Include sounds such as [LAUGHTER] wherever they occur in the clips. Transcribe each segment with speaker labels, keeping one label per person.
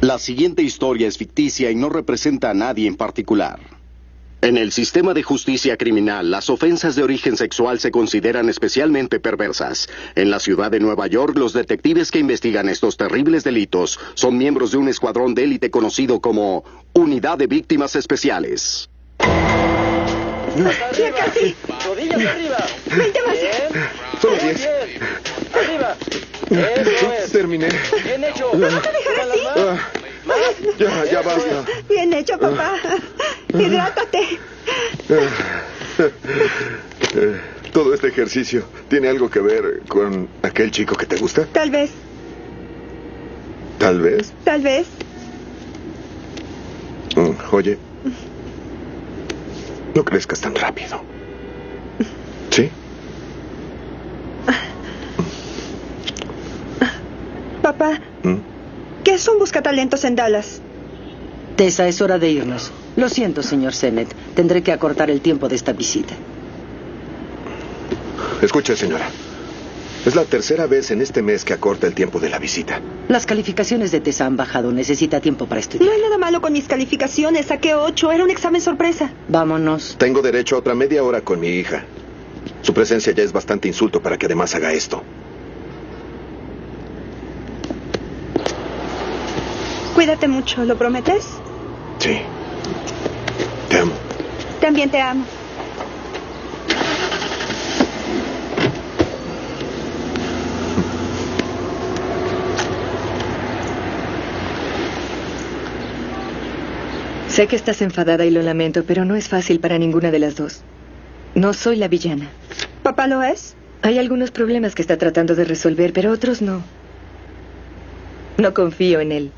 Speaker 1: La siguiente historia es ficticia y no representa a nadie en particular. En el sistema de justicia criminal, las ofensas de origen sexual se consideran especialmente perversas. En la ciudad de Nueva York, los detectives que investigan estos terribles delitos son miembros de un escuadrón de élite conocido como Unidad de Víctimas Especiales.
Speaker 2: Ya casi.
Speaker 3: Rodillas arriba.
Speaker 2: Veinte más.
Speaker 3: Bien.
Speaker 4: Solo
Speaker 3: Muy
Speaker 4: diez.
Speaker 3: bien. Arriba.
Speaker 4: [LAUGHS]
Speaker 3: Eso es.
Speaker 4: Terminé.
Speaker 3: Bien hecho.
Speaker 2: ¿Me vas a dejar
Speaker 3: Suban las
Speaker 2: así?
Speaker 3: manos.
Speaker 4: Ah, ya, ya basta.
Speaker 2: Bien hecho, papá. Hidrátate.
Speaker 4: [LAUGHS] Todo este ejercicio tiene algo que ver con aquel chico que te gusta,
Speaker 2: Tal vez,
Speaker 4: tal vez.
Speaker 2: tal vez.
Speaker 4: Mm, Oye, no crezcas tan rápido. ¿Sí?
Speaker 2: Papá,
Speaker 4: Mm.
Speaker 2: ¿qué es un buscatalentos en Dallas?
Speaker 5: Tessa, es hora de irnos. Lo siento, señor Sennett. Tendré que acortar el tiempo de esta visita.
Speaker 4: Escuche, señora. Es la tercera vez en este mes que acorta el tiempo de la visita.
Speaker 5: Las calificaciones de Tessa han bajado. Necesita tiempo para
Speaker 2: No
Speaker 5: estudiar.
Speaker 2: hay nada malo con mis calificaciones. Saqué ocho. Era un examen sorpresa.
Speaker 5: Vámonos.
Speaker 4: Tengo derecho a otra media hora con mi hija. Su presencia ya es bastante insulto para que además haga esto.
Speaker 2: Cuídate mucho, ¿lo prometes?
Speaker 4: Sí. Te
Speaker 6: Em.
Speaker 4: amo.
Speaker 2: También te amo.
Speaker 7: Sé que estás enfadada y lo lamento, pero no es fácil para ninguna de las dos. No soy la villana.
Speaker 2: ¿Papá lo es?
Speaker 7: Hay algunos problemas que está tratando de resolver, pero otros no. No confío en él.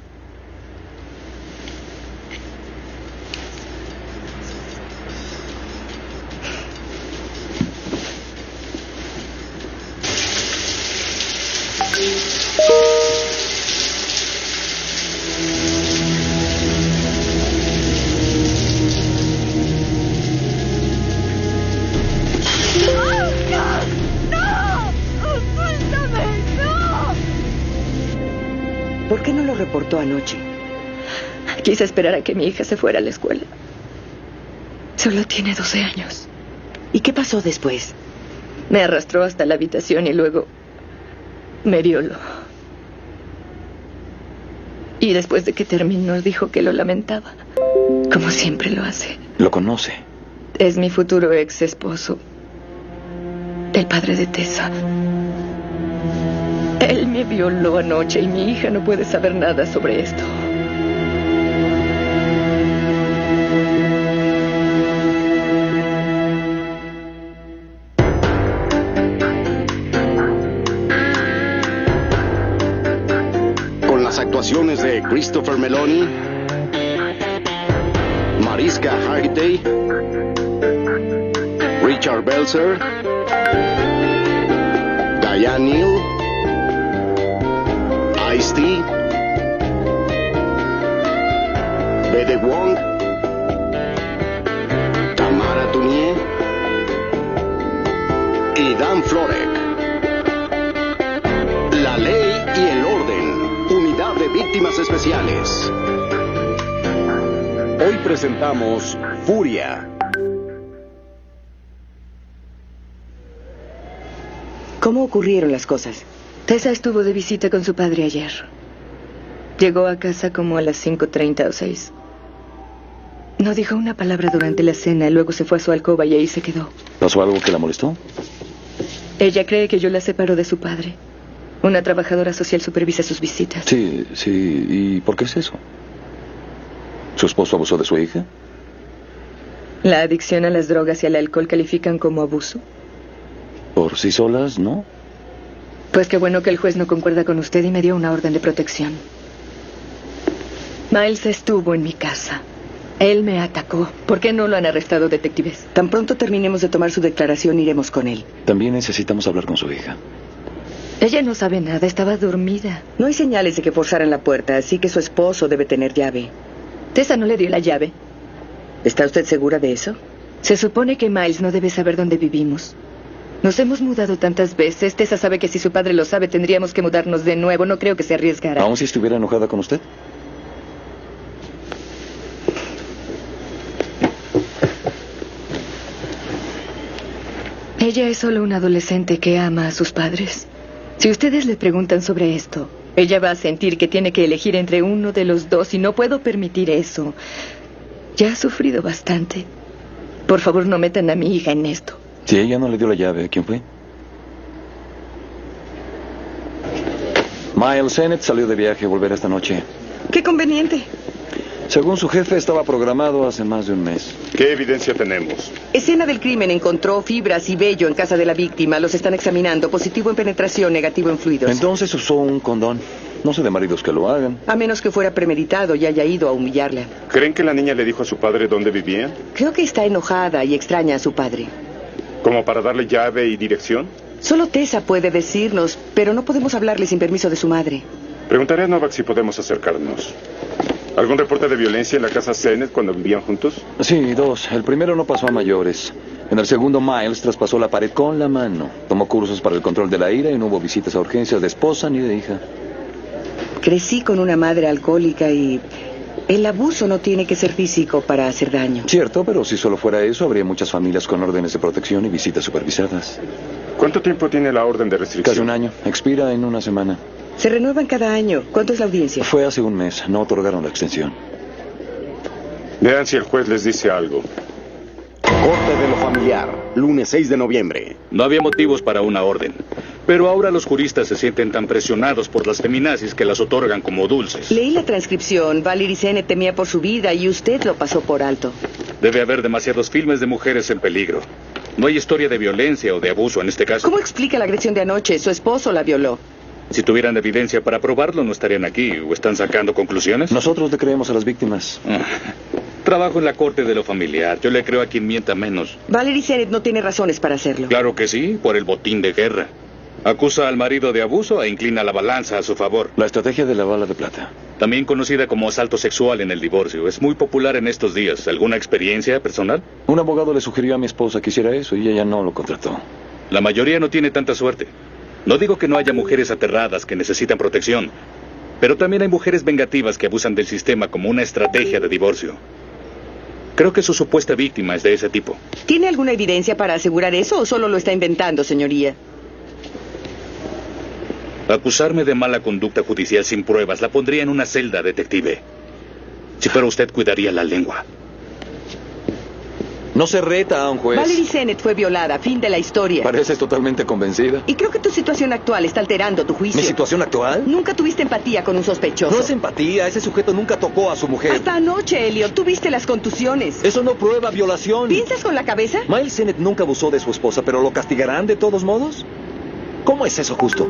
Speaker 5: ¿Por qué no lo reportó anoche?
Speaker 7: Quise esperar a que mi hija se fuera a la escuela. Solo tiene 12 años.
Speaker 5: ¿Y qué pasó después?
Speaker 7: Me arrastró hasta la habitación y luego me violó. Y después de que terminó dijo que lo lamentaba, como siempre lo hace.
Speaker 6: Lo conoce.
Speaker 7: Es mi futuro ex esposo. El padre de Tessa. Él me violó anoche y mi hija no puede saber nada sobre esto.
Speaker 1: Con las actuaciones de Christopher Meloni, Mariska Hargitay, Richard Belzer, Diane Neal, Ice-T, Bede Wong, Tamara Tunie y Dan Florek. La ley y el orden. Unidad de Víctimas Especiales. Hoy presentamos Furia.
Speaker 5: ¿Cómo ocurrieron las cosas?
Speaker 7: Tessa estuvo de visita con su padre ayer. Llegó a casa como a las 5.30 o 6. No dijo una palabra durante la cena, luego se fue a su alcoba y ahí se quedó.
Speaker 6: ¿Pasó algo que la molestó?
Speaker 7: Ella cree que yo la separo de su padre. Una trabajadora social supervisa sus visitas.
Speaker 6: Sí, sí. ¿Y por qué es eso? ¿Su esposo abusó de su hija?
Speaker 7: La adicción a las drogas y al alcohol califican como abuso.
Speaker 6: Por sí solas, ¿no?
Speaker 7: Pues qué bueno que el juez no concuerda con usted y me dio una orden de protección. Miles estuvo en mi casa. Él me atacó. ¿Por qué no lo han arrestado, detectives?
Speaker 5: Tan pronto terminemos de tomar su declaración, iremos con él.
Speaker 6: También necesitamos hablar con su hija.
Speaker 7: Ella no sabe nada, estaba dormida.
Speaker 5: No hay señales de que forzaran la puerta, así que su esposo debe tener llave.
Speaker 7: Tessa no le dio la llave.
Speaker 5: ¿Está usted segura de eso?
Speaker 7: Se supone que Miles no debe saber dónde vivimos. Nos hemos mudado tantas veces. Tessa sabe que si su padre lo sabe, tendríamos que mudarnos de nuevo. No creo que se arriesgara.
Speaker 6: ¿Aún si estuviera enojada con usted?
Speaker 7: Ella es solo una adolescente que ama a sus padres. Si ustedes le preguntan sobre esto, ella va a sentir que tiene que elegir entre uno de los dos y no puedo permitir eso. Ya ha sufrido bastante. Por favor, no metan a mi hija en esto.
Speaker 6: Si ella no le dio la llave, ¿quién fue? Miles Sennett salió de viaje y volverá esta noche.
Speaker 2: Qué conveniente.
Speaker 6: Según su jefe, estaba programado hace más de un mes.
Speaker 8: ¿Qué evidencia tenemos?
Speaker 9: Escena del crimen encontró fibras y vello en casa de la víctima. Los están examinando. Positivo en penetración, negativo en fluidos.
Speaker 6: Entonces usó un condón. No sé de maridos que lo hagan.
Speaker 9: A menos que fuera premeditado y haya ido a humillarla.
Speaker 8: ¿Creen que la niña le dijo a su padre dónde vivía?
Speaker 9: Creo que está enojada y extraña a su padre.
Speaker 8: ¿Como para darle llave y dirección?
Speaker 9: Solo Tessa puede decirnos, pero no podemos hablarle sin permiso de su madre.
Speaker 8: Preguntaré a Novak si podemos acercarnos. ¿Algún reporte de violencia en la casa Zenet cuando vivían juntos?
Speaker 6: Sí, dos. El primero no pasó a mayores. En el segundo, Miles traspasó la pared con la mano. Tomó cursos para el control de la ira y no hubo visitas a urgencias de esposa ni de hija.
Speaker 9: Crecí con una madre alcohólica y el abuso no tiene que ser físico para hacer daño.
Speaker 6: Cierto, pero si solo fuera eso, habría muchas familias con órdenes de protección y visitas supervisadas.
Speaker 8: ¿Cuánto tiempo tiene la orden de
Speaker 6: Casi un
Speaker 8: restricción?
Speaker 6: año. Expira en una semana.
Speaker 9: Se renuevan cada año. ¿Cuánto es la audiencia?
Speaker 6: Fue hace un mes. No otorgaron la extensión.
Speaker 8: Vean si el juez les dice algo.
Speaker 1: Corte de lo familiar, lunes 6 de noviembre.
Speaker 10: No había motivos para una orden. Pero ahora los juristas se sienten tan presionados por las feminazis que las otorgan como dulces.
Speaker 9: Leí la transcripción. Valerie Sene temía por su vida y usted lo pasó por alto.
Speaker 10: Debe haber demasiados filmes de mujeres en peligro. No hay historia de violencia o de abuso en este caso.
Speaker 9: ¿Cómo explica la agresión de anoche? Su esposo la violó.
Speaker 10: Si tuvieran evidencia para probarlo, no estarían aquí o están sacando conclusiones.
Speaker 6: Nosotros le creemos a las víctimas.
Speaker 10: Ah. Trabajo en la corte de lo familiar. Yo le creo a quien mienta menos.
Speaker 9: Valerie Sennett no tiene razones para hacerlo.
Speaker 10: Claro que sí, por el botín de guerra. Acusa al marido de abuso e inclina la balanza a su favor.
Speaker 6: La estrategia de la bala de plata.
Speaker 10: También conocida como asalto sexual en el divorcio. Es muy popular en estos días. ¿Alguna experiencia personal?
Speaker 6: Un abogado le sugirió a mi esposa que hiciera eso y ella no lo contrató.
Speaker 10: La mayoría no tiene tanta suerte. No digo que no haya mujeres aterradas que necesitan protección, pero también hay mujeres vengativas que abusan del sistema como una estrategia de divorcio. Creo que su supuesta víctima es de ese tipo.
Speaker 9: ¿Tiene alguna evidencia para asegurar eso o solo lo está inventando, señoría?
Speaker 10: Acusarme de mala conducta judicial sin pruebas la pondría en una celda, detective. Si fuera usted, cuidaría la lengua.
Speaker 6: No se reta a un juez.
Speaker 9: Valerie Sennett fue violada. Fin de la historia.
Speaker 6: Pareces totalmente convencida.
Speaker 9: Y creo que tu situación actual está alterando tu
Speaker 6: ¿Mi
Speaker 9: juicio.
Speaker 6: situación actual?
Speaker 9: Nunca tuviste empatía con un sospechoso.
Speaker 6: No es empatía, ese sujeto nunca tocó a su mujer.
Speaker 9: Hasta anoche, Elliot, tuviste las contusiones.
Speaker 6: Eso no prueba violación.
Speaker 9: ¿Piensas con la cabeza?
Speaker 6: Miles Sennett nunca abusó de su esposa, pero ¿lo castigarán de todos modos? ¿Cómo es eso justo?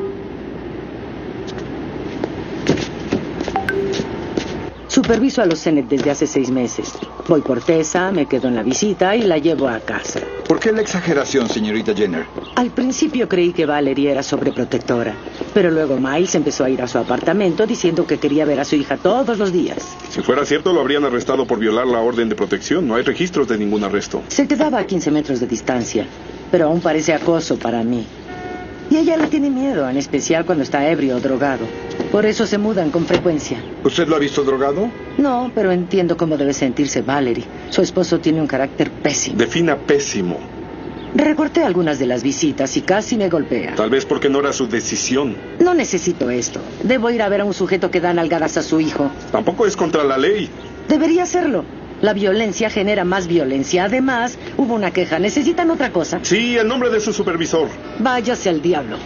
Speaker 5: Superviso a los Zenet desde hace seis meses. Voy por Tessa, me quedo en la visita y la llevo a casa.
Speaker 11: ¿Por qué la exageración, señorita Jenner?
Speaker 5: Al principio creí que Valerie era sobreprotectora, pero luego Miles empezó a ir a su apartamento diciendo que quería ver a su hija todos los días.
Speaker 8: Si fuera cierto, lo habrían arrestado por violar la orden de protección. No hay registros de ningún arresto.
Speaker 5: Se quedaba a 15 metros de distancia, pero aún parece acoso para mí. Y ella le tiene miedo, en especial cuando está ebrio o drogado. Por eso se mudan con frecuencia.
Speaker 11: ¿Usted lo ha visto drogado?
Speaker 5: No, pero entiendo cómo debe sentirse Valerie. Su esposo tiene un carácter pésimo.
Speaker 8: Defina pésimo.
Speaker 5: Recorté algunas de las visitas y casi me golpea.
Speaker 8: Tal vez porque no era su decisión.
Speaker 5: No necesito esto. Debo ir a ver a un sujeto que da nalgadas a su hijo.
Speaker 8: Tampoco es contra la ley.
Speaker 5: Debería hacerlo. La violencia genera más violencia. Además, hubo una queja. ¿Necesitan otra cosa?
Speaker 8: Sí, el nombre de su supervisor.
Speaker 5: Váyase al diablo.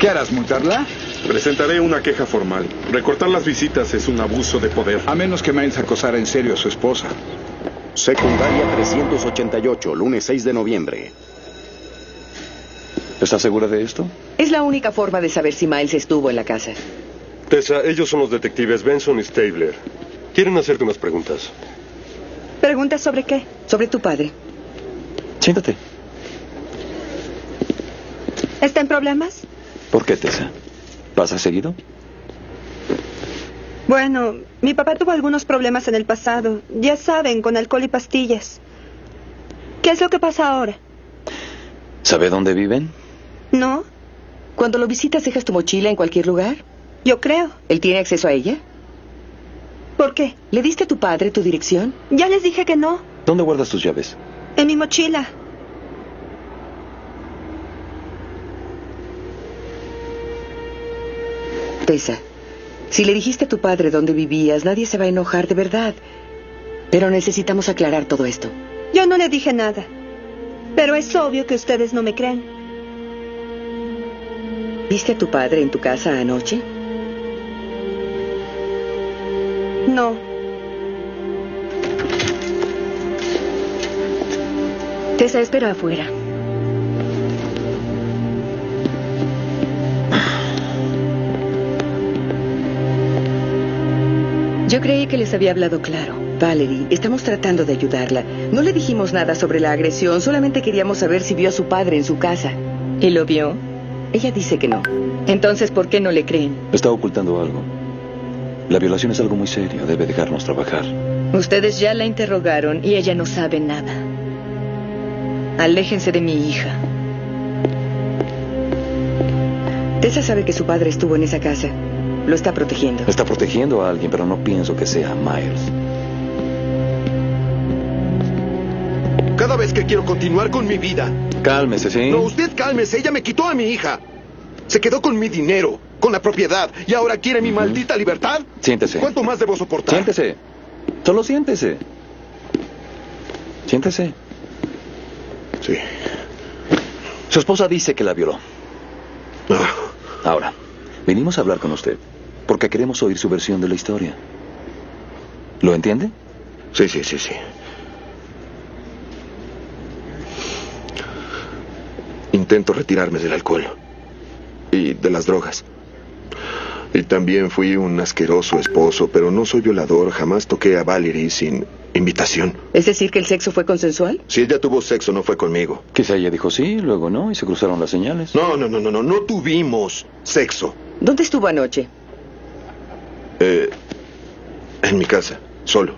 Speaker 11: ¿Qué harás, multarla?
Speaker 8: Presentaré una queja formal. Recortar las visitas es un abuso de poder.
Speaker 11: A menos que Miles acosara en serio a su esposa.
Speaker 1: Secundaria 388, lunes 6 de noviembre.
Speaker 6: ¿Estás segura de esto?
Speaker 9: Es la única forma de saber si Miles estuvo en la casa.
Speaker 12: Tessa, ellos son los detectives Benson y Stabler. Quieren hacerte unas preguntas.
Speaker 2: ¿Preguntas sobre qué?
Speaker 9: Sobre tu padre.
Speaker 6: Siéntate.
Speaker 2: ¿Está en problemas?
Speaker 6: ¿Por qué, Tessa? ¿Pasa seguido?
Speaker 2: Bueno, mi papá tuvo algunos problemas en el pasado. Ya saben, con alcohol y pastillas. ¿Qué es lo que pasa ahora?
Speaker 6: ¿Sabe dónde viven?
Speaker 2: ¿No?
Speaker 9: Cuando lo visitas, dejas tu mochila en cualquier lugar.
Speaker 2: Yo creo.
Speaker 9: ¿Él tiene acceso a ella?
Speaker 2: ¿Por qué?
Speaker 9: ¿Le diste a tu padre tu dirección?
Speaker 2: Ya les dije que no.
Speaker 6: ¿Dónde guardas tus llaves?
Speaker 2: En mi mochila.
Speaker 9: Tessa, si le dijiste a tu padre dónde vivías, nadie se va a enojar de verdad. Pero necesitamos aclarar todo esto.
Speaker 2: Yo no le dije nada. Pero es obvio que ustedes no me creen.
Speaker 9: ¿Viste a tu padre en tu casa anoche?
Speaker 2: No.
Speaker 7: Tessa, espera afuera. Yo creí que les había hablado claro.
Speaker 9: Valerie, estamos tratando de ayudarla. No le dijimos nada sobre la agresión, solamente queríamos saber si vio a su padre en su casa.
Speaker 7: ¿Y lo vio?
Speaker 9: Ella dice que no.
Speaker 7: Entonces, ¿por qué no le creen?
Speaker 6: Está ocultando algo. La violación es algo muy serio. Debe dejarnos trabajar.
Speaker 7: Ustedes ya la interrogaron y ella no sabe nada. Aléjense de mi hija.
Speaker 9: Tessa sabe que su padre estuvo en esa casa. Lo está protegiendo.
Speaker 6: Está protegiendo a alguien, pero no pienso que sea Miles.
Speaker 13: Cada vez que quiero continuar con mi vida.
Speaker 6: Cálmese, ¿sí?
Speaker 13: No, usted cálmese. Ella me quitó a mi hija. Se quedó con mi dinero, con la propiedad, y ahora quiere mi maldita libertad.
Speaker 6: Siéntese.
Speaker 13: ¿Cuánto más debo soportar?
Speaker 6: Siéntese. Solo siéntese. Siéntese.
Speaker 13: Sí.
Speaker 6: Su esposa dice que la violó. Ahora, venimos a hablar con usted porque queremos oír su versión de la historia. ¿Lo entiende?
Speaker 13: Sí, sí, sí, sí.
Speaker 4: Intento retirarme del alcohol y de las drogas. Y también fui un asqueroso esposo, pero no soy violador. Jamás toqué a Valerie sin invitación.
Speaker 9: ¿Es decir que el sexo fue consensual?
Speaker 4: Si ella tuvo sexo, no fue conmigo.
Speaker 6: Quizá ella dijo sí, luego no, y se cruzaron las señales.
Speaker 13: No, no, no, no, no, no tuvimos sexo.
Speaker 9: ¿Dónde estuvo anoche?
Speaker 4: Eh, en mi casa, solo.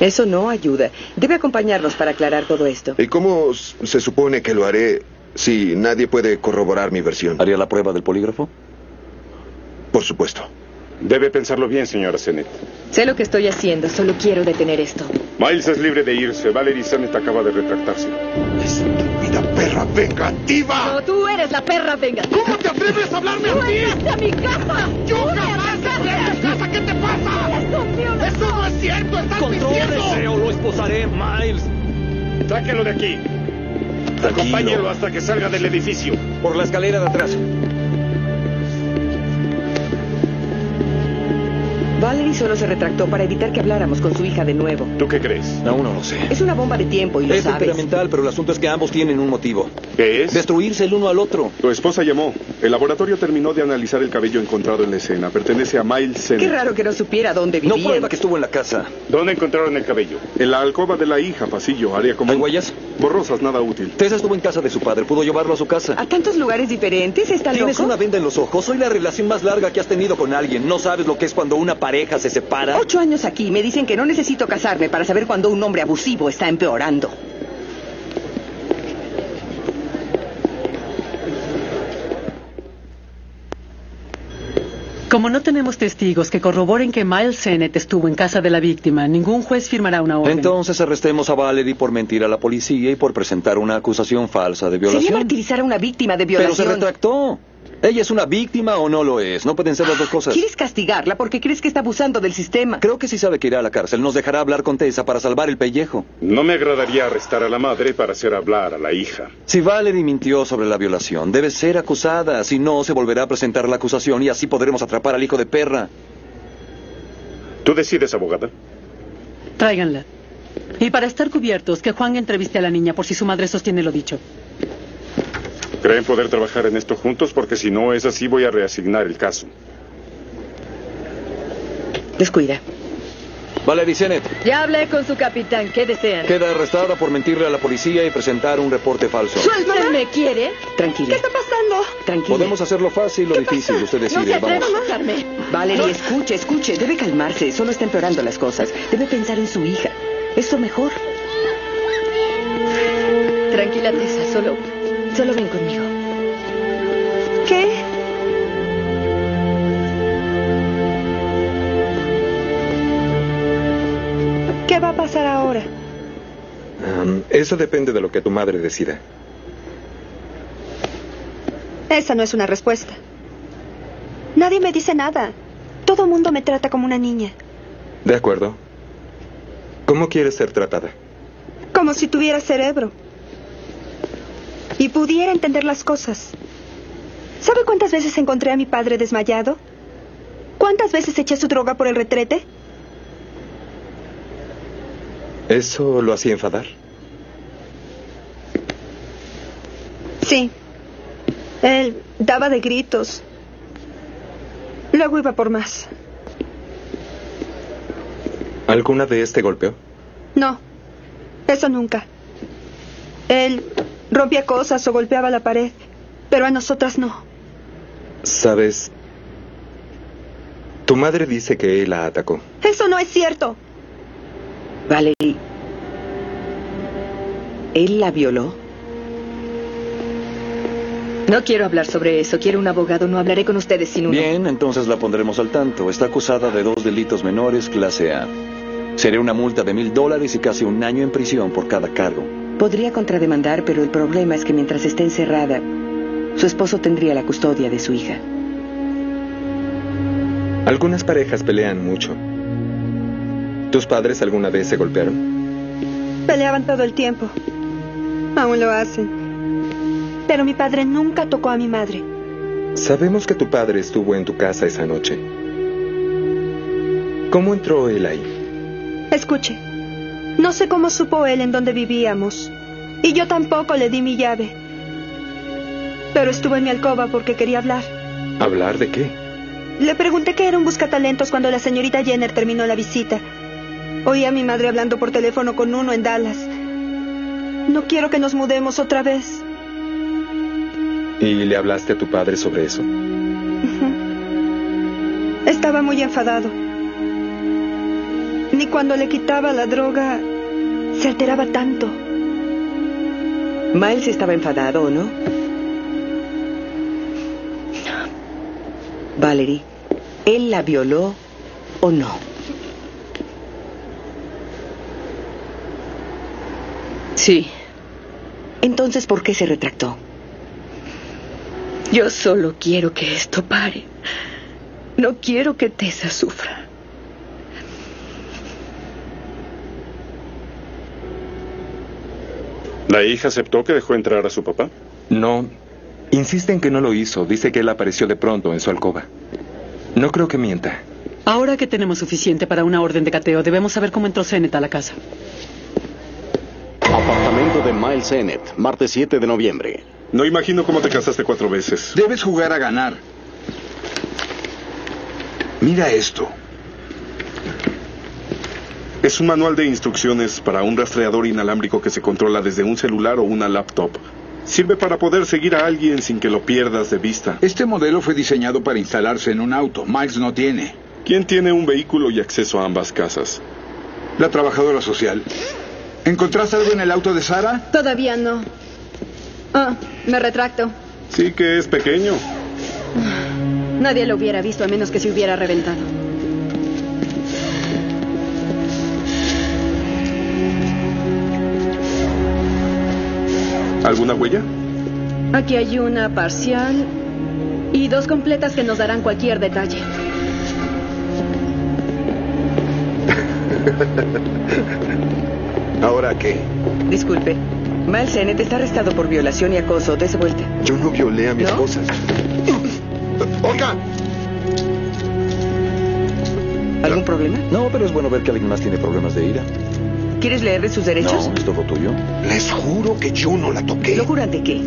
Speaker 9: Eso no ayuda. Debe acompañarnos para aclarar todo esto.
Speaker 4: ¿Y cómo s- se supone que lo haré si nadie puede corroborar mi versión?
Speaker 6: ¿Haría la prueba del polígrafo?
Speaker 4: Por supuesto.
Speaker 8: Debe pensarlo bien, señora Sennett.
Speaker 7: Sé lo que estoy haciendo, solo quiero detener esto.
Speaker 8: Miles es libre de irse. Valerie Sennett acaba de retractarse.
Speaker 13: Perra vengativa.
Speaker 7: No, tú eres la perra, venga.
Speaker 13: ¿Cómo te atreves a hablarme a mí?
Speaker 7: a mi casa!
Speaker 13: ¡Yo jamás entré a tu casa! ¿Qué te pasa? ¡Eso no es cierto! ¡Estás mintiendo!
Speaker 14: o lo esposaré, Miles.
Speaker 8: Sáquelo de aquí. Acompáñelo hasta que salga del edificio.
Speaker 14: Por la escalera de atrás.
Speaker 9: Valerie solo se retractó para evitar que habláramos con su hija de nuevo.
Speaker 8: ¿Tú qué crees?
Speaker 6: Aún no lo sé.
Speaker 9: Es una bomba de tiempo y lo
Speaker 6: Es
Speaker 9: sabes.
Speaker 6: temperamental, pero el asunto es que ambos tienen un motivo.
Speaker 8: ¿Qué es?
Speaker 6: Destruirse el uno al otro.
Speaker 8: Tu esposa llamó. El laboratorio terminó de analizar el cabello encontrado en la escena. Pertenece a Miles
Speaker 9: Qué
Speaker 8: Sennett.
Speaker 9: raro que no supiera dónde
Speaker 8: No
Speaker 9: vivía.
Speaker 8: prueba que
Speaker 6: estuvo en la casa.
Speaker 8: ¿Dónde encontraron el cabello? En la alcoba de la hija, pasillo, área común. ¿Hay
Speaker 6: huellas?
Speaker 8: Borrosas, nada útil.
Speaker 6: Tessa estuvo en casa de su padre. Pudo llevarlo a su casa.
Speaker 9: ¿A tantos lugares diferentes? ¿Está
Speaker 6: Tienes
Speaker 9: loco?
Speaker 6: una venda en los ojos. Soy la relación más larga que has tenido con alguien. No sabes lo que es cuando una pareja se separa.
Speaker 9: Ocho años aquí. Me dicen que no necesito casarme para saber cuando un hombre abusivo está empeorando.
Speaker 15: Como no tenemos testigos que corroboren que Miles Sennett estuvo en casa de la víctima, ningún juez firmará una orden.
Speaker 6: Entonces arrestemos a Valerie por mentir a la policía y por presentar una acusación falsa de
Speaker 9: Sería
Speaker 6: violación.
Speaker 9: martirizar a una víctima de
Speaker 6: Pero se
Speaker 9: violación.
Speaker 6: retractó. ¿Ella es una víctima o no lo es? No pueden ser las dos cosas.
Speaker 9: Quieres castigarla porque crees que está abusando del sistema.
Speaker 6: Creo que sí sabe que irá a la cárcel. Nos dejará hablar con Tessa para salvar el pellejo.
Speaker 8: No me agradaría arrestar a la madre para hacer hablar a la hija.
Speaker 6: Si Valerie mintió sobre la violación, debe ser acusada. Si no, se volverá a presentar la acusación y así podremos atrapar al hijo de perra.
Speaker 8: ¿Tú decides, abogada?
Speaker 15: Tráiganla. Y para estar cubiertos, que Juan entreviste a la niña por si su madre sostiene lo dicho.
Speaker 8: ¿Creen poder trabajar en esto juntos? Porque si no es así, voy a reasignar el caso.
Speaker 9: Descuida.
Speaker 6: Valerie Sennett
Speaker 7: Ya hablé con su capitán. ¿Qué desean?
Speaker 6: queda arrestada por mentirle a la policía y presentar un reporte falso.
Speaker 7: ¿Me quiere?
Speaker 9: Tranquila.
Speaker 7: ¿Qué está pasando?
Speaker 9: Tranquila.
Speaker 6: Podemos hacerlo fácil o difícil. Usted
Speaker 7: No se
Speaker 6: decide.
Speaker 7: atreva
Speaker 6: Vamos.
Speaker 7: a matarme.
Speaker 9: Valerie, escuche, escuche. Debe calmarse. Solo está empeorando las cosas. Debe pensar en su hija. Es lo mejor.
Speaker 7: Tranquila, Tessa. Solo, solo ven conmigo.
Speaker 2: ¿Qué? ¿Qué va a pasar ahora?
Speaker 16: Am, eso depende de lo que tu madre decida.
Speaker 2: Esa no es una respuesta. Nadie me dice nada. Todo mundo me trata como una niña.
Speaker 16: De acuerdo. ¿Cómo quieres ser tratada?
Speaker 2: Como si tuviera cerebro. Y pudiera entender las cosas. ¿Sabe cuántas veces encontré a mi padre desmayado? ¿Cuántas veces eché su droga por el retrete?
Speaker 16: ¿Eso lo hacía enfadar?
Speaker 2: Sí. Él daba de gritos. Luego iba por más.
Speaker 16: ¿Alguna de este golpeó?
Speaker 2: No, eso nunca. Él rompía cosas o golpeaba la pared, pero a nosotras no.
Speaker 16: Sabes, tu madre dice que él la atacó.
Speaker 2: Eso no es cierto.
Speaker 9: Valerie, ¿él la violó?
Speaker 7: No quiero hablar sobre eso. Quiero un abogado. No hablaré con ustedes sin uno.
Speaker 6: Bien, entonces la pondremos al tanto. Está acusada de dos delitos menores, clase A. Sería una multa de mil dólares y casi un año en prisión por cada cargo.
Speaker 9: Podría contrademandar, pero el problema es que mientras esté encerrada, su esposo tendría la custodia de su hija.
Speaker 16: Algunas parejas pelean mucho. ¿Tus padres alguna vez se golpearon?
Speaker 2: Peleaban todo el tiempo. Aún lo hacen. Pero mi padre nunca tocó a mi madre.
Speaker 16: Sabemos que tu padre estuvo en tu casa esa noche. ¿Cómo entró él ahí?
Speaker 2: Escuche, no sé cómo supo él en dónde vivíamos. Y yo tampoco le di mi llave. Pero estuvo en mi alcoba porque quería hablar.
Speaker 16: ¿Hablar de qué?
Speaker 2: Le pregunté qué era un buscatalentos cuando la señorita Jenner terminó la visita. Oí a mi madre hablando por teléfono con uno en Dallas. No quiero que nos mudemos otra vez.
Speaker 16: ¿Y le hablaste a tu padre sobre eso?
Speaker 2: Estaba muy enfadado. Ni cuando le quitaba la droga se alteraba tanto.
Speaker 9: Miles estaba enfadado, ¿o no? Valerie, ¿él la violó o no?
Speaker 7: Sí.
Speaker 9: Entonces, ¿por qué se retractó?
Speaker 7: Yo solo quiero que esto pare. No quiero que Tessa sufra.
Speaker 8: ¿La hija aceptó que dejó entrar a su papá?
Speaker 16: No. Insiste en que no lo hizo. Dice que él apareció de pronto en su alcoba. No creo que mienta.
Speaker 15: Ahora que tenemos suficiente para una orden de cateo, debemos saber cómo entró Zenet a la casa.
Speaker 1: Apartamento de Miles Sennett, martes 7 de noviembre.
Speaker 8: No imagino cómo te casaste cuatro veces.
Speaker 11: Debes jugar a ganar. Mira esto.
Speaker 8: Es un manual de instrucciones para un rastreador inalámbrico que se controla desde un celular o una laptop. Sirve para poder seguir a alguien sin que lo pierdas de vista.
Speaker 11: Este modelo fue diseñado para instalarse en un auto. Miles no tiene.
Speaker 8: ¿Quién tiene un vehículo y acceso a ambas casas?
Speaker 11: La trabajadora social. ¿Encontraste algo en el auto de Sara?
Speaker 17: Todavía no. Ah, me retracto.
Speaker 8: Sí que es pequeño.
Speaker 17: Nadie lo hubiera visto a menos que se hubiera reventado.
Speaker 8: ¿Alguna huella?
Speaker 17: Aquí hay una parcial y dos completas que nos darán cualquier detalle.
Speaker 4: ¿Ahora qué?
Speaker 9: Disculpe. Miles Sennett está arrestado por violación y acoso. Dese vuelta.
Speaker 4: Yo no violé a mi esposa. ¡Oiga!
Speaker 9: ¿Algún problema?
Speaker 6: No, pero es bueno ver que alguien más tiene problemas de ira.
Speaker 9: ¿Quieres leer de sus derechos?
Speaker 6: No, es todo tuyo.
Speaker 4: Les juro que yo no la toqué.
Speaker 9: ¿Lo juran de qué?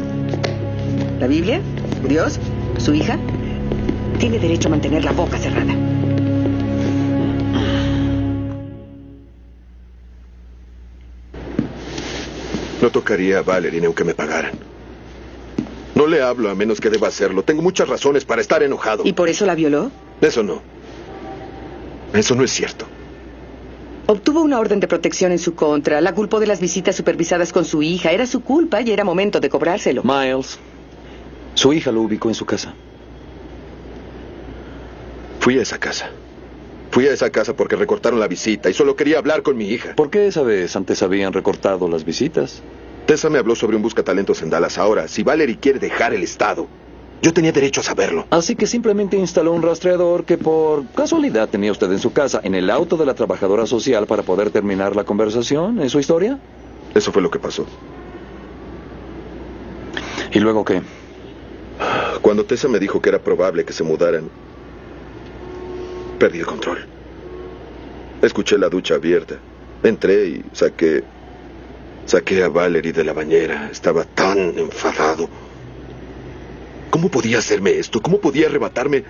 Speaker 9: ¿La Biblia? ¿Dios? ¿Su hija? Tiene derecho a mantener la boca cerrada.
Speaker 4: No tocaría a Valerie aunque me pagaran. No le hablo a menos que deba hacerlo. Tengo muchas razones para estar enojado.
Speaker 9: ¿Y por eso la violó?
Speaker 4: Eso no. Eso no es cierto.
Speaker 9: Obtuvo una orden de protección en su contra. La culpó de las visitas supervisadas con su hija. Era su culpa y era momento de cobrárselo.
Speaker 6: Miles, su hija lo ubicó en su casa.
Speaker 4: Fui a esa casa. Fui a esa casa porque recortaron la visita y solo quería hablar con mi hija.
Speaker 6: ¿Por qué esa vez antes habían recortado las visitas?
Speaker 4: Tessa me habló sobre un buscatalentos en Dallas ahora. Si Valerie quiere dejar el estado,
Speaker 13: Yo tenía derecho a saberlo.
Speaker 6: Así que simplemente instaló un rastreador que por casualidad tenía usted en su casa, en el auto de la trabajadora social para poder terminar la conversación. ¿Es su historia?
Speaker 4: Eso fue lo que pasó.
Speaker 6: ¿Y luego qué?
Speaker 4: Cuando Tessa me dijo que era probable que se mudaran, perdí el control. Escuché la ducha abierta. Entré y saqué. Saqué a Valerie de la bañera. Estaba tan enfadado. ¿Cómo podía hacerme esto? ¿Cómo podía arrebatarme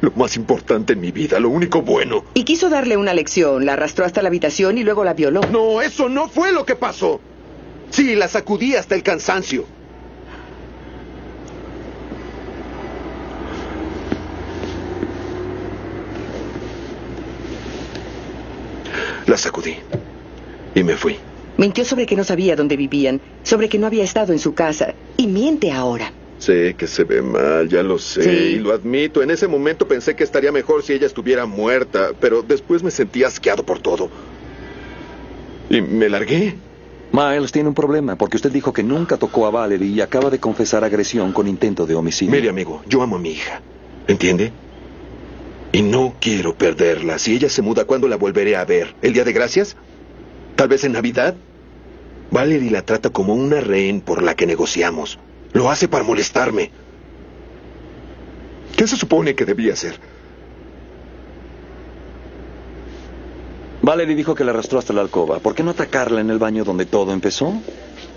Speaker 4: lo más importante en mi vida, lo único bueno?
Speaker 9: Y quiso darle una lección. La arrastró hasta la habitación y luego la violó.
Speaker 13: No, eso no fue lo que pasó. Sí, la sacudí hasta el cansancio.
Speaker 4: La sacudí. Y me fui.
Speaker 9: Mintió sobre que no sabía dónde vivían, sobre que no había estado en su casa. Y miente ahora.
Speaker 4: Sé que se ve mal, ya lo sé, y lo admito. En ese momento pensé que estaría mejor si ella estuviera muerta, pero después me sentí asqueado por todo. Y me largué.
Speaker 6: Miles tiene un problema, porque usted dijo que nunca tocó a Valerie y acaba de confesar agresión con intento de homicidio.
Speaker 4: Mire, amigo, yo amo a mi hija, ¿entiende? Y no quiero perderla. Si ella se muda, ¿cuándo la volveré a ver? ¿El día de gracias? ¿Tal vez en Navidad? Valerie la trata como una rehén por la que negociamos. Lo hace para molestarme. ¿Qué se supone que debía hacer?
Speaker 6: Valerie dijo que la arrastró hasta la alcoba. ¿Por qué no atacarla en el baño donde todo empezó?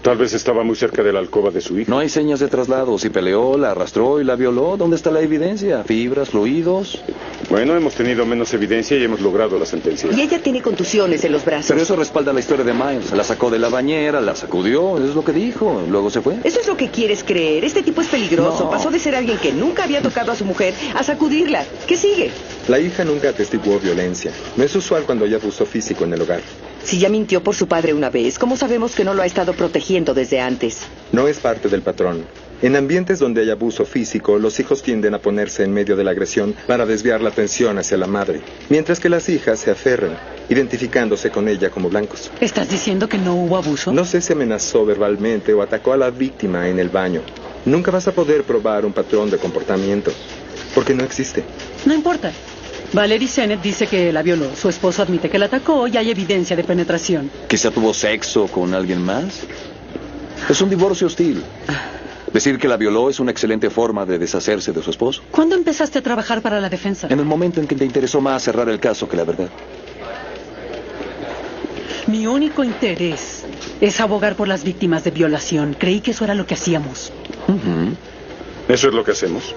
Speaker 12: Tal vez estaba muy cerca de la alcoba de su hija.
Speaker 6: No hay señas de traslado. Si peleó, la arrastró y la violó, ¿dónde está la evidencia? Fibras, fluidos.
Speaker 12: Bueno, hemos tenido menos evidencia y hemos logrado la sentencia.
Speaker 9: Y ella tiene contusiones en los brazos.
Speaker 6: Pero eso respalda la historia de Miles. La sacó de la bañera, la sacudió, eso es lo que dijo. Luego se fue.
Speaker 9: Eso es lo que quieres creer. Este tipo es peligroso.
Speaker 6: No.
Speaker 9: Pasó de ser alguien que nunca había tocado a su mujer a sacudirla. ¿Qué sigue?
Speaker 18: La hija nunca atestiguó violencia. No es usual cuando hay abuso físico en el hogar.
Speaker 9: Si ya mintió por su padre una vez, ¿cómo sabemos que no lo ha estado protegiendo desde antes?
Speaker 18: No es parte del patrón. En ambientes donde hay abuso físico, los hijos tienden a ponerse en medio de la agresión para desviar la atención hacia la madre, mientras que las hijas se aferran, identificándose con ella como blancos.
Speaker 15: ¿Estás diciendo que no hubo abuso?
Speaker 18: No sé si amenazó verbalmente o atacó a la víctima en el baño. Nunca vas a poder probar un patrón de comportamiento, porque no existe.
Speaker 15: No importa. Valerie Sennett dice que la violó. Su esposo admite que la atacó y hay evidencia de penetración.
Speaker 6: Quizá tuvo sexo con alguien más. Es un divorcio hostil. Decir que la violó es una excelente forma de deshacerse de su esposo.
Speaker 15: ¿Cuándo empezaste a trabajar para la defensa?
Speaker 6: En el momento en que te interesó más cerrar el caso que la verdad.
Speaker 15: Mi único interés es abogar por las víctimas de violación. Creí que eso era lo que hacíamos.
Speaker 12: Eso es lo que hacemos.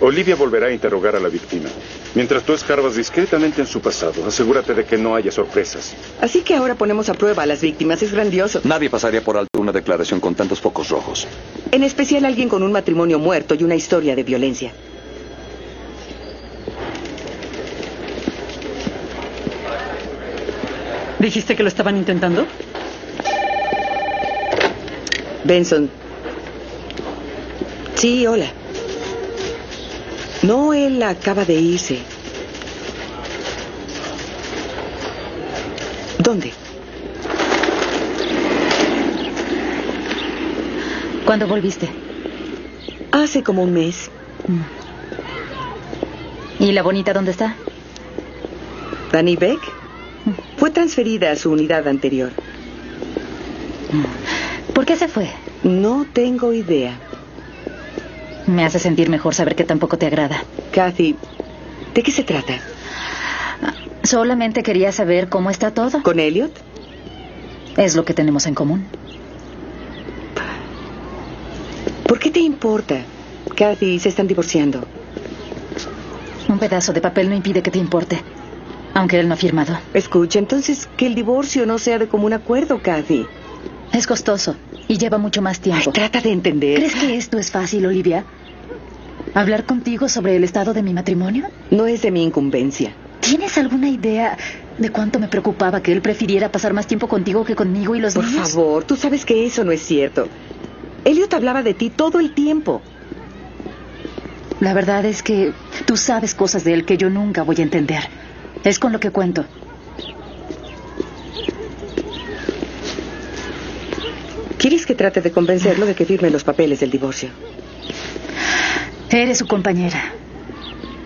Speaker 12: Olivia volverá a interrogar a la víctima. Mientras tú escarbas discretamente en su pasado, asegúrate de que no haya sorpresas.
Speaker 9: Así que ahora ponemos a prueba a las víctimas. Es grandioso.
Speaker 6: Nadie pasaría por alto una declaración con tantos focos rojos.
Speaker 9: En especial alguien con un matrimonio muerto y una historia de violencia.
Speaker 15: ¿Dijiste que lo estaban intentando?
Speaker 9: Benson. Sí, hola. No, él acaba de irse. ¿Dónde?
Speaker 19: ¿Cuándo volviste?
Speaker 9: Hace como un mes.
Speaker 19: ¿Y la bonita dónde está?
Speaker 9: Dani Beck fue transferida a su unidad anterior.
Speaker 19: ¿Por qué se fue?
Speaker 9: No tengo idea.
Speaker 19: Me hace sentir mejor saber que tampoco te agrada.
Speaker 9: Kathy, ¿de qué se trata?
Speaker 19: Solamente quería saber cómo está todo.
Speaker 9: ¿Con Elliot?
Speaker 19: Es lo que tenemos en común.
Speaker 9: ¿Por qué te importa? Kathy, se están divorciando.
Speaker 19: Un pedazo de papel no impide que te importe. Aunque él no ha firmado.
Speaker 9: Escucha, entonces que el divorcio no sea de común acuerdo, Kathy.
Speaker 19: Es costoso y lleva mucho más tiempo.
Speaker 9: Trata de entender.
Speaker 19: ¿Crees que esto es fácil, Olivia? ¿Hablar contigo sobre el estado de mi matrimonio?
Speaker 9: No es de mi incumbencia.
Speaker 19: ¿Tienes alguna idea de cuánto me preocupaba que él prefiriera pasar más tiempo contigo que conmigo y los
Speaker 9: Por
Speaker 19: niños?
Speaker 9: favor, tú sabes que eso no es cierto. Elliot hablaba de ti todo el tiempo.
Speaker 19: La verdad es que tú sabes cosas de él que yo nunca voy a entender. Es con lo que cuento.
Speaker 9: ¿Quieres que trate de convencerlo de que firme los papeles del divorcio?
Speaker 19: Eres su compañera.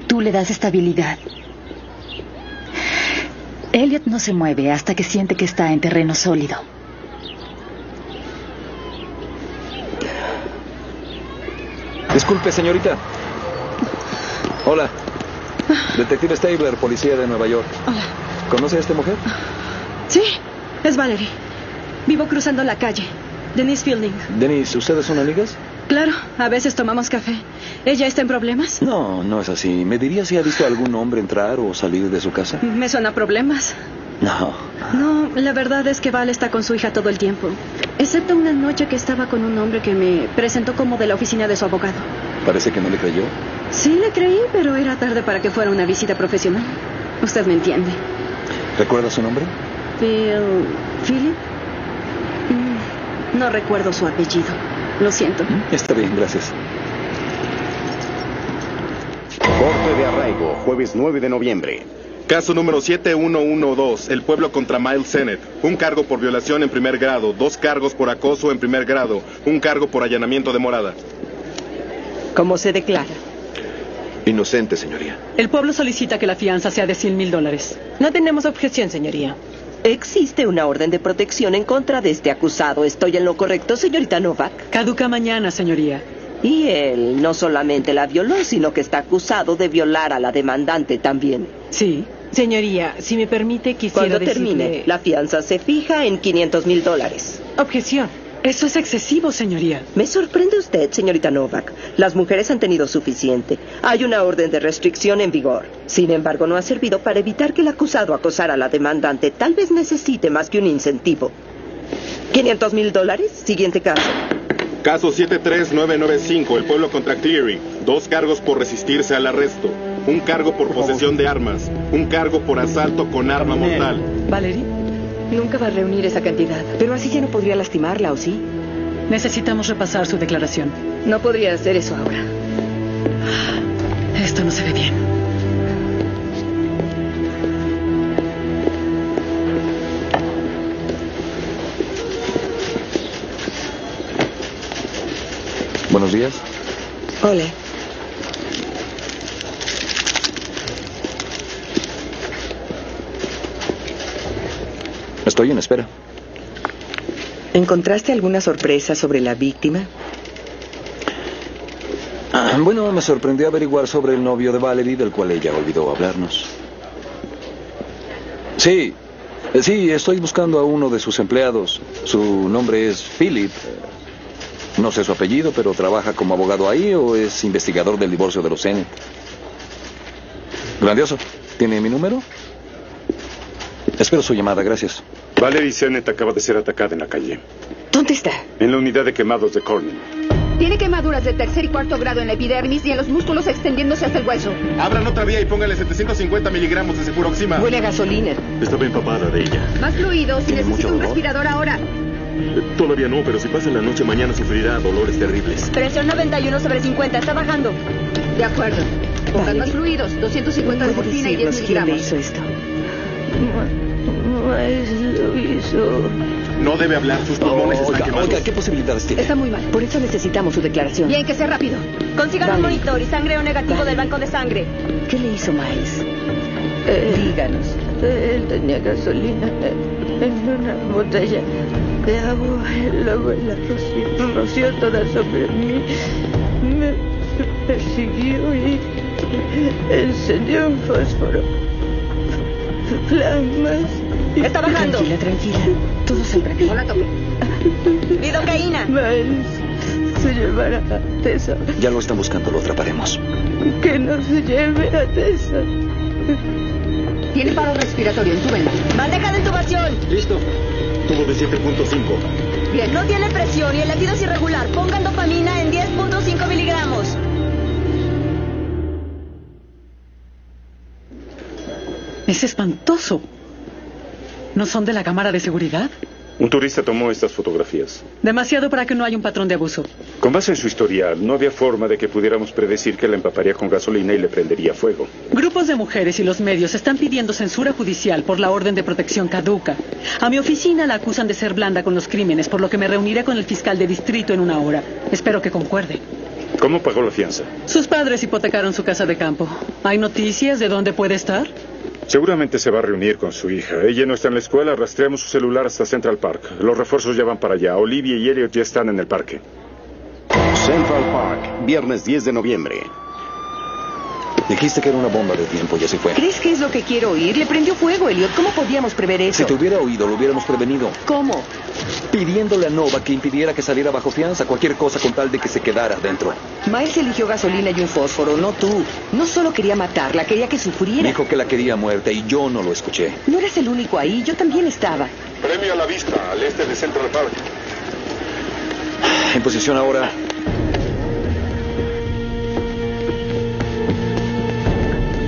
Speaker 19: Tú le das estabilidad. Elliot no se mueve hasta que siente que está en terreno sólido.
Speaker 6: Disculpe, señorita. Hola. Detective Stabler, policía de Nueva York.
Speaker 9: Hola.
Speaker 6: ¿Conoce a esta mujer?
Speaker 9: Sí, es Valerie. Vivo cruzando la calle. Denise Fielding.
Speaker 6: Denise, ¿ustedes son amigas?
Speaker 9: Claro, a veces tomamos café. ¿Ella está en problemas?
Speaker 6: No, no es así. ¿Me diría si ha visto a algún hombre entrar o salir de su casa?
Speaker 9: Me suena a problemas.
Speaker 6: No.
Speaker 9: No, la verdad es que Val está con su hija todo el tiempo. Excepto una noche que estaba con un hombre que me presentó como de la oficina de su abogado.
Speaker 6: Parece que no le creyó.
Speaker 9: Sí, le creí, pero era tarde para que fuera una visita profesional. Usted me entiende.
Speaker 6: ¿Recuerda su nombre?
Speaker 9: Phil. ¿Philip? Mm, No recuerdo su apellido. Lo siento.
Speaker 6: Mm, Está bien, gracias.
Speaker 1: Corte de arraigo, jueves 9 de noviembre.
Speaker 12: Caso número 7112, el pueblo contra Miles Sennett. Un cargo por violación en primer grado, dos cargos por acoso en primer grado, un cargo por allanamiento de morada.
Speaker 15: Como se declara.
Speaker 4: Inocente, señoría.
Speaker 15: El pueblo solicita que la fianza sea de 100 mil dólares. No tenemos objeción, señoría.
Speaker 20: Existe una orden de protección en contra de este acusado. ¿Estoy en lo correcto, señorita Novak?
Speaker 15: Caduca mañana, señoría.
Speaker 20: Y él no solamente la violó, sino que está acusado de violar a la demandante también.
Speaker 15: Sí. Señoría, si me permite, quisiera
Speaker 20: Cuando termine,
Speaker 15: decirle-
Speaker 20: la fianza se fija en 500 mil dólares.
Speaker 15: Objeción. Eso es excesivo, señoría.
Speaker 20: Me sorprende usted, señorita Novak. Las mujeres han tenido suficiente. Hay una orden de restricción en vigor. Sin embargo, no ha servido para evitar que el acusado acosara a la demandante. Tal vez necesite más que un incentivo. ¿500 mil dólares? Siguiente caso.
Speaker 12: Caso 73995, el pueblo contra Cleary. Dos cargos por resistirse al arresto, un cargo por posesión de armas, un cargo por asalto con arma mortal.
Speaker 15: ¿Valerie?
Speaker 21: Nunca va a reunir esa cantidad.
Speaker 7: Pero así ya no podría lastimarla, ¿o sí?
Speaker 15: Necesitamos repasar su declaración.
Speaker 21: No podría hacer eso ahora.
Speaker 15: Esto no se ve bien.
Speaker 6: Buenos días.
Speaker 22: Hola.
Speaker 6: Estoy en espera.
Speaker 22: ¿Encontraste alguna sorpresa sobre la víctima?
Speaker 6: Ah, Bueno, me sorprendió averiguar sobre el novio de Valerie, del cual ella olvidó hablarnos. Sí, eh, sí, estoy buscando a uno de sus empleados. Su nombre es Philip. No sé su apellido, pero trabaja como abogado ahí o es investigador del divorcio de los Sennett. Grandioso. ¿Tiene mi número? Espero su llamada, gracias.
Speaker 12: Valerie Sennett acaba de ser atacada en la calle,
Speaker 2: ¿Dónde está?
Speaker 12: en la unidad de quemados de Corning.
Speaker 2: Tiene quemaduras de tercer y cuarto grado en la epidermis y en los músculos extendiéndose hasta el hueso.
Speaker 12: Abran otra vía y póngale 750 miligramos de cefuroxima.
Speaker 2: Huele a gasolina.
Speaker 23: Estaba empapada de ella.
Speaker 2: Más fluidos y
Speaker 23: ¿Tiene
Speaker 2: necesita
Speaker 23: mucho
Speaker 2: un
Speaker 23: dolor?
Speaker 2: respirador ahora.
Speaker 23: Eh, Todavía no, pero si pasa la noche mañana sufrirá dolores terribles.
Speaker 2: Presión 91 sobre 50, está bajando. De acuerdo. Pongan más fluidos, 250 de morfina y 10 miligramos.
Speaker 20: esto?
Speaker 12: No debe hablar, sus pulmones están quemados.
Speaker 6: Oiga, ¿qué posibilidades tiene?
Speaker 2: Está muy mal.
Speaker 7: Por eso necesitamos su declaración.
Speaker 2: Bien, que sea rápido. Consigan
Speaker 7: Vale.
Speaker 2: un monitor y sangreo negativo del banco de sangre.
Speaker 7: ¿Qué le hizo Miles?
Speaker 2: Eh,
Speaker 13: Díganos. Él tenía gasolina
Speaker 7: eh,
Speaker 13: en una botella de agua. Luego la roció, roció toda sobre mí. Me persiguió y encendió un fósforo. Flamas.
Speaker 2: Está bajando. Tranquila,
Speaker 7: tranquila. Todo saldrá
Speaker 2: No la toque. Lidocaína.
Speaker 13: Miles se llevará a Tessa.
Speaker 6: Ya lo están buscando, lo atraparemos.
Speaker 13: Que no se lleve a Tessa.
Speaker 2: Tiene paro respiratorio, entúbenla. Bandeja de intubación.
Speaker 23: Listo. Tuvo de 7.5.
Speaker 2: Bien. No tiene presión y el latido es irregular. Pongan dopamina en 10.5 miligramos.
Speaker 15: Es espantoso. ¿No son de la cámara de seguridad?
Speaker 12: Un turista tomó estas fotografías.
Speaker 15: Demasiado para que no haya un patrón de abuso.
Speaker 12: Con base en su historial, no había forma de que pudiéramos predecir que la empaparía con gasolina y le prendería fuego.
Speaker 15: Grupos de mujeres y los medios están pidiendo censura judicial por la orden de protección caduca. A mi oficina la acusan de ser blanda con los crímenes, por lo que me reuniré con el fiscal de distrito en una hora. Espero que concuerde.
Speaker 12: ¿Cómo pagó la fianza?
Speaker 15: Sus padres hipotecaron su casa de campo. ¿Hay noticias de dónde puede estar?
Speaker 12: Seguramente se va a reunir con su hija. Ella no está en la escuela, rastreamos su celular hasta Central Park. Los refuerzos ya van para allá. Olivia y Elliot ya están en el parque.
Speaker 1: Central Park, viernes 10 de noviembre.
Speaker 6: Dijiste que era una bomba de tiempo y así fue.
Speaker 9: ¿Crees que es lo que quiero oír? Le prendió fuego, Elliot. ¿Cómo podíamos prever eso?
Speaker 6: Si te hubiera oído, lo hubiéramos prevenido.
Speaker 9: ¿Cómo?
Speaker 6: Pidiéndole a Nova que impidiera que saliera bajo fianza cualquier cosa con tal de que se quedara dentro.
Speaker 9: Miles eligió gasolina y un fósforo, no tú. No solo quería matarla, quería que sufriera.
Speaker 6: Dijo que la quería muerta y yo no lo escuché.
Speaker 9: No eres el único ahí, yo también estaba.
Speaker 12: Premio a la vista, al este de Central Park.
Speaker 6: En posición ahora.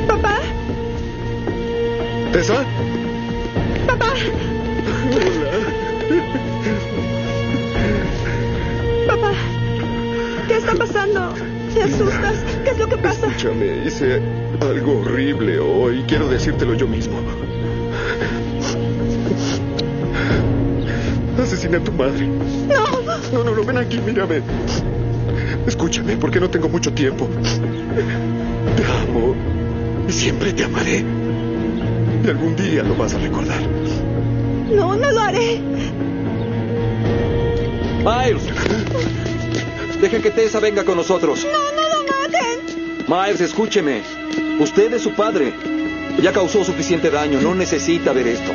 Speaker 2: ¿Papá?
Speaker 13: ¿Tessa?
Speaker 2: ¿Papá? Papá, ¿qué está pasando? ¿Te asustas? ¿Qué es lo que pasa?
Speaker 13: Escúchame, hice algo horrible hoy. Quiero decírtelo yo mismo. Asesiné a tu madre.
Speaker 2: No.
Speaker 13: No, no, no, ven aquí, mírame. Escúchame, porque no tengo mucho tiempo. Te amo. Y siempre te amaré. Y algún día lo vas a recordar.
Speaker 2: No, no lo haré.
Speaker 6: Miles, dejen que Tessa venga con nosotros.
Speaker 2: No, no lo maten.
Speaker 6: Miles, escúcheme. Usted es su padre. Ya causó suficiente daño. No necesita ver esto.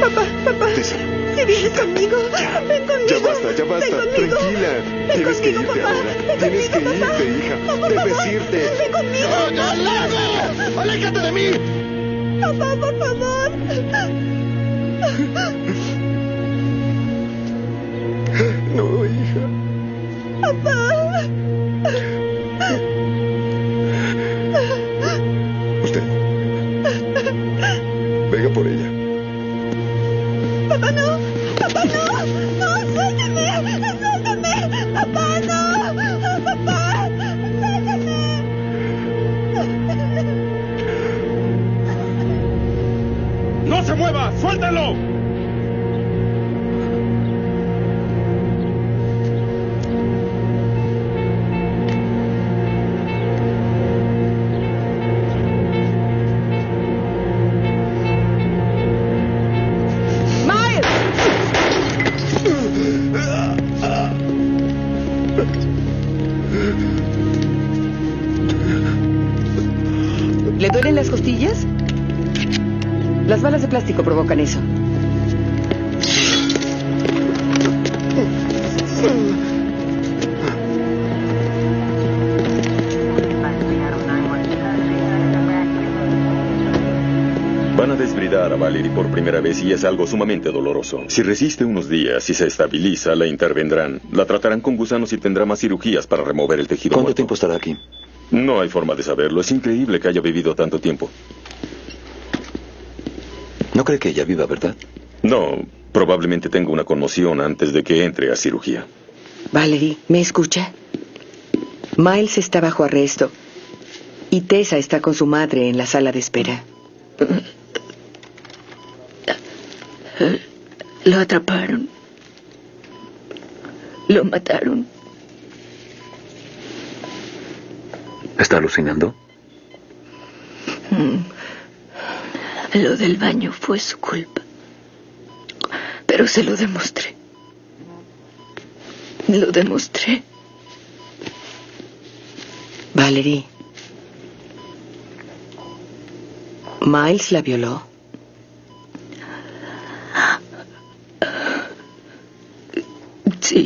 Speaker 2: Papá, papá. Si vienes conmigo, ven conmigo.
Speaker 13: Ya basta, ya basta.
Speaker 2: Ven conmigo.
Speaker 13: Tranquila.
Speaker 2: Ven
Speaker 13: Tienes que
Speaker 2: conmigo,
Speaker 13: irte
Speaker 2: papá.
Speaker 13: ahora.
Speaker 2: Ven
Speaker 13: Tienes que
Speaker 2: conmigo, papá.
Speaker 13: irte,
Speaker 2: No,
Speaker 13: hija.
Speaker 2: por
Speaker 13: Debes
Speaker 2: favor.
Speaker 13: irte.
Speaker 2: Ven conmigo.
Speaker 13: largo! ¡Aléjate de mí!
Speaker 2: Papá, por favor.
Speaker 13: No, hija.
Speaker 2: Papá.
Speaker 13: Usted. Venga por ella.
Speaker 2: Papá, no. Papá, no. No, suéltame. Suéltame. Papá, no. Papá. Suéltame.
Speaker 12: ¡No se mueva! ¡Suéltalo!
Speaker 9: ¿Le duelen las costillas? Las balas de plástico provocan eso.
Speaker 23: Van a desbridar a Valerie por primera vez y es algo sumamente doloroso. Si resiste unos días y se estabiliza, la intervendrán. La tratarán con gusanos y tendrá más cirugías para remover el tejido.
Speaker 6: ¿Cuánto tiempo estará aquí?
Speaker 23: No hay forma de saberlo. Es increíble que haya vivido tanto tiempo.
Speaker 6: No cree que ella viva, ¿verdad?
Speaker 23: No, probablemente tenga una conmoción antes de que entre a cirugía.
Speaker 9: Valerie, ¿me escucha? Miles está bajo arresto. Y Tessa está con su madre en la sala de espera.
Speaker 24: Lo atraparon. Lo mataron.
Speaker 6: ¿Está alucinando?
Speaker 24: Mm. Lo del baño fue su culpa. Pero se lo demostré. Lo demostré.
Speaker 9: Valerie. Miles la violó.
Speaker 24: Sí.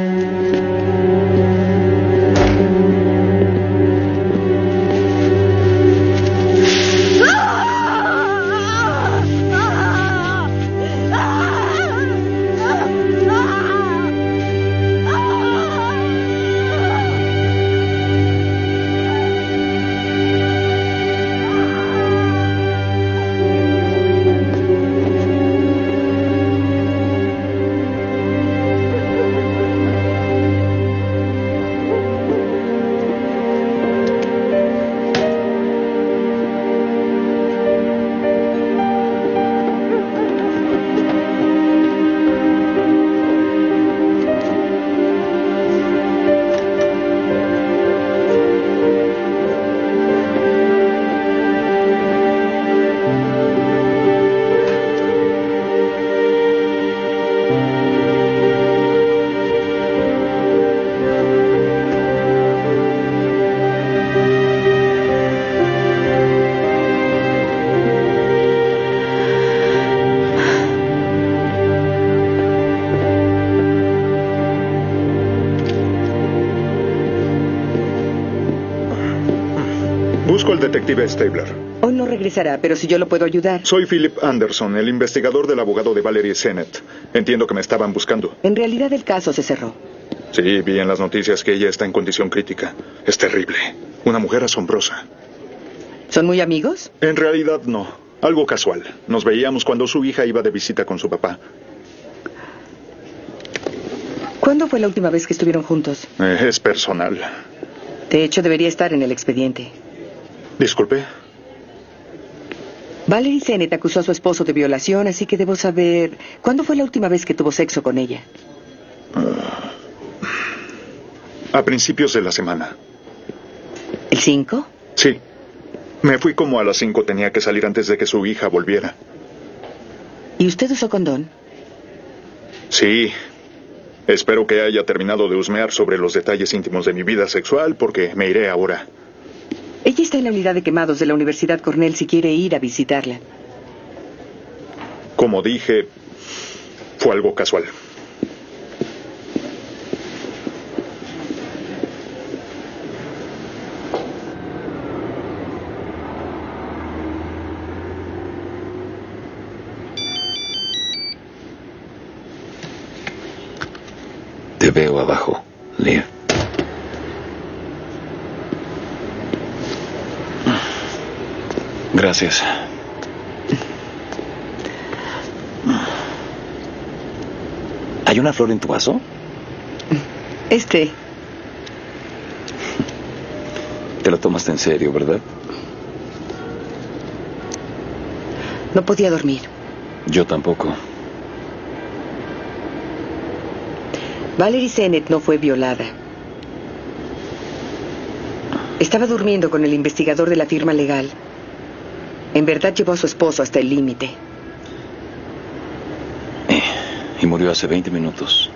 Speaker 24: ¡Ah!
Speaker 11: Busco al detective Stabler.
Speaker 9: Hoy no regresará, pero si yo lo puedo ayudar.
Speaker 11: Soy Philip Anderson, el investigador del abogado de Valerie Sennett. Entiendo que me estaban buscando.
Speaker 9: En realidad el caso se cerró.
Speaker 11: Sí, vi en las noticias que ella está en condición crítica. Es terrible. Una mujer asombrosa.
Speaker 9: ¿Son muy amigos?
Speaker 11: En realidad no. Algo casual. Nos veíamos cuando su hija iba de visita con su papá.
Speaker 9: ¿Cuándo fue la última vez que estuvieron juntos?
Speaker 11: Eh, es personal.
Speaker 9: De hecho, debería estar en el expediente.
Speaker 11: Disculpe.
Speaker 9: Valerie Sennett acusó a su esposo de violación, así que debo saber cuándo fue la última vez que tuvo sexo con ella.
Speaker 11: A principios de la semana.
Speaker 9: ¿El 5?
Speaker 11: Sí. Me fui como a las cinco. Tenía que salir antes de que su hija volviera.
Speaker 9: ¿Y usted usó condón?
Speaker 11: Sí. Espero que haya terminado de husmear sobre los detalles íntimos de mi vida sexual porque me iré ahora.
Speaker 9: Ella está en la unidad de quemados de la Universidad Cornell si quiere ir a visitarla.
Speaker 11: Como dije, fue algo casual.
Speaker 6: Te veo abajo, Leah. Gracias. ¿Hay una flor en tu vaso?
Speaker 9: Este,
Speaker 6: Te lo tomaste en serio, ¿verdad?
Speaker 9: no podía dormir.
Speaker 6: Yo tampoco.
Speaker 9: Valerie Sennett no fue violada. Estaba durmiendo con el investigador de la firma legal. En verdad llevó a su esposo hasta el límite.
Speaker 6: Y murió hace 20 minutos.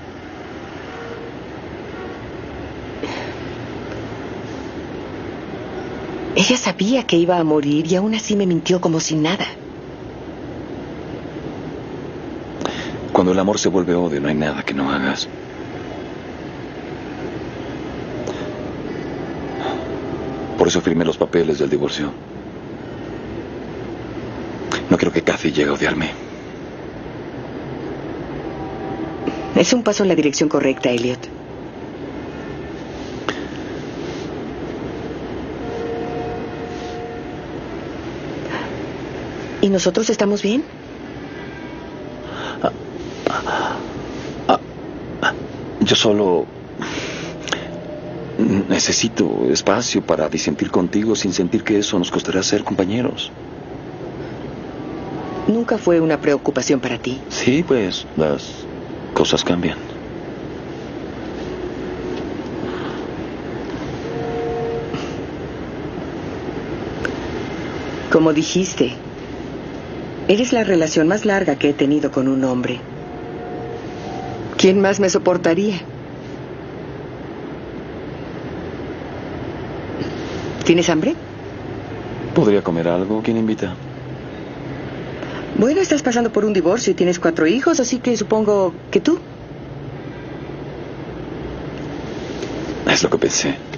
Speaker 9: Ella sabía que iba a morir y aún así me mintió como si nada.
Speaker 6: Cuando el amor se vuelve odio, no hay nada que no hagas. Por eso firmé los papeles del divorcio. No quiero que Kathy llegue a odiarme.
Speaker 9: Es un paso en la dirección correcta, Elliot. ¿Y nosotros estamos bien?
Speaker 6: Yo solo necesito espacio para disentir contigo sin sentir que eso nos costará ser compañeros.
Speaker 9: Nunca fue una preocupación para ti.
Speaker 6: Sí, pues las cosas cambian.
Speaker 9: Como dijiste, eres la relación más larga que he tenido con un hombre. ¿Quién más me soportaría? ¿Tienes hambre?
Speaker 6: ¿Podría comer algo? ¿Quién invita?
Speaker 9: Bueno, estás pasando por un divorcio y tienes cuatro hijos, así que supongo que tú.
Speaker 6: Es lo que pensé.